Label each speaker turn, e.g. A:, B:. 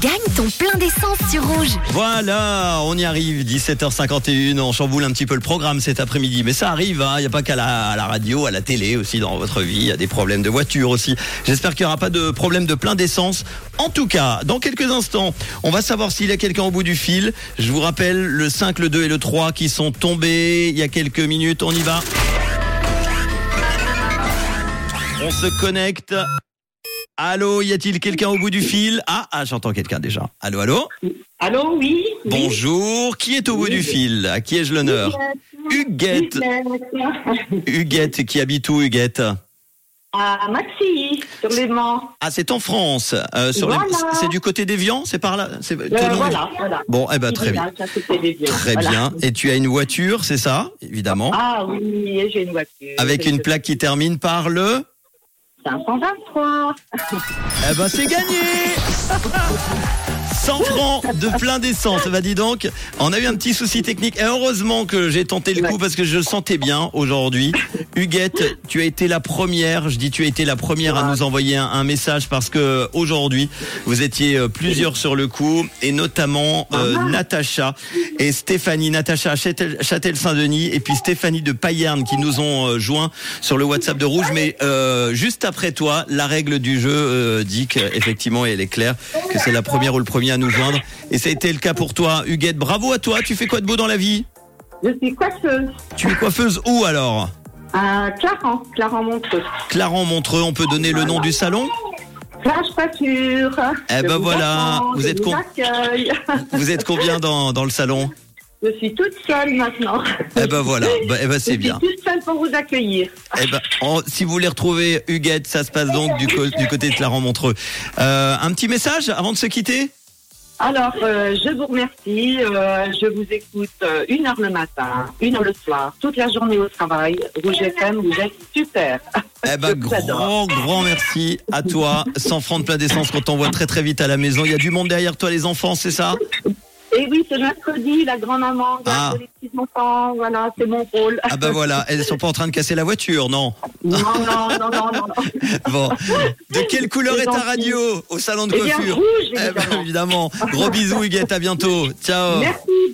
A: Gagne ton plein d'essence sur rouge.
B: Voilà, on y arrive, 17h51, on chamboule un petit peu le programme cet après-midi, mais ça arrive, il n'y a pas qu'à la, à la radio, à la télé aussi dans votre vie, il y a des problèmes de voiture aussi. J'espère qu'il n'y aura pas de problème de plein d'essence. En tout cas, dans quelques instants, on va savoir s'il y a quelqu'un au bout du fil. Je vous rappelle le 5, le 2 et le 3 qui sont tombés il y a quelques minutes, on y va. On se connecte. Allô, y a-t-il quelqu'un au bout du fil Ah, ah j'entends quelqu'un déjà. Allô, allô
C: Allô, oui. oui.
B: Bonjour, qui est au bout du fil À qui ai-je l'honneur Huguette.
C: Huguette.
B: Huguette, qui habite où Huguette
C: À Maxi, Ah, sur les Mans.
B: Ah, c'est en France. euh, sur les-
C: Voilà.
B: C'est du côté d'Evian C'est par là c'est-
C: Euh,
B: Thonon-
C: voilà, voilà.
B: Bon, eh ben très bien.
C: Voilà, ça, c'était des vieux.
B: Très
C: Voilà.
B: bien. Et tu as une voiture, c'est ça Évidemment.
C: Ah oui, et j'ai une voiture.
B: Avec une
C: Je-
B: plaque qui termine par le...
C: 523.
B: Eh ben c'est gagné 100 francs de plein d'essence. Bah dis donc, on a eu un petit souci technique. Et heureusement que j'ai tenté le coup parce que je le sentais bien aujourd'hui. Huguette, tu as été la première, je dis tu as été la première à nous envoyer un, un message parce que aujourd'hui, vous étiez euh, plusieurs sur le coup et notamment euh, Natacha et Stéphanie. Natacha à Châtel- Châtel-Saint-Denis et puis Stéphanie de Payerne qui nous ont euh, joints sur le WhatsApp de Rouge. Mais euh, juste après toi, la règle du jeu euh, dit qu'effectivement, elle est claire, que c'est la première ou le premier à nous joindre. Et ça a été le cas pour toi, Huguette. Bravo à toi. Tu fais quoi de beau dans la vie
C: Je suis coiffeuse
B: Tu es coiffeuse où alors
C: à Clarence, Clarence Montreux.
B: Clarence Montreux, on peut donner le nom du salon
C: Plage Pâture.
B: Eh
C: Je
B: ben
C: vous
B: voilà,
C: attends,
B: vous
C: je
B: êtes con-
C: accueille.
B: Vous êtes combien dans, dans le salon
C: Je suis toute seule maintenant.
B: Eh ben voilà, Bah, eh ben c'est bien.
C: Je suis toute seule pour vous accueillir.
B: Eh ben, en- si vous voulez retrouver Huguette, ça se passe donc du, co- du côté de Clarence Montreux. Euh, un petit message avant de se quitter
C: Alors, euh, je vous remercie. euh, je vous écoute euh, une heure le matin, une heure le soir, toute la journée au travail. Rouge FM, vous êtes super.
B: Eh ben, grand, grand merci à toi. 100 francs de plein d'essence qu'on t'envoie très très vite à la maison. Il y a du monde derrière toi, les enfants, c'est ça
C: Et oui, c'est mercredi, la grand-maman,
B: Ah.
C: garde les petits enfants. Voilà, c'est mon rôle.
B: Ah ben voilà, elles sont pas en train de casser la voiture, non
C: Non, non, non, non, non. non.
B: Bon. De quelle couleur
C: C'est
B: est ta
C: gentil.
B: radio au salon de
C: Eh bien,
B: coiffure
C: rouge,
B: Eh ben,
C: évidemment.
B: évidemment. Gros bisous, Huguette, à bientôt. Ciao.
C: Merci,